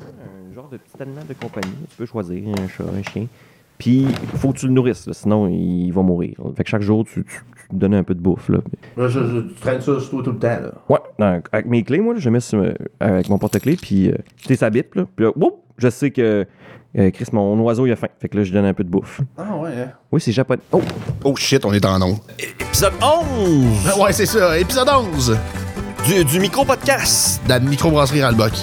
un genre de petit animal de compagnie. Tu peux choisir un chat, un chien. Puis, il faut que tu le nourrisses, là, sinon il va mourir. Fait que chaque jour, tu, tu, tu lui donnes un peu de bouffe. Là. Là, je- je- tu traînes ça sur toi tout le temps, là. Ouais, dans- avec mes clés, moi, là, je mets sur, euh, avec mon porte-clés, puis euh, tu sais, ça bip, là. Puis là, whoop, je sais que euh, Chris, mon oiseau, il a faim. Fait que là, je lui donne un peu de bouffe. Ah ouais, hein. Oui, c'est japonais. Oh! Oh shit, on est en onde. Épisode 11 Ouais, c'est ça, épisode 11 du, du micro-podcast. de la microbrasserie Ralbock.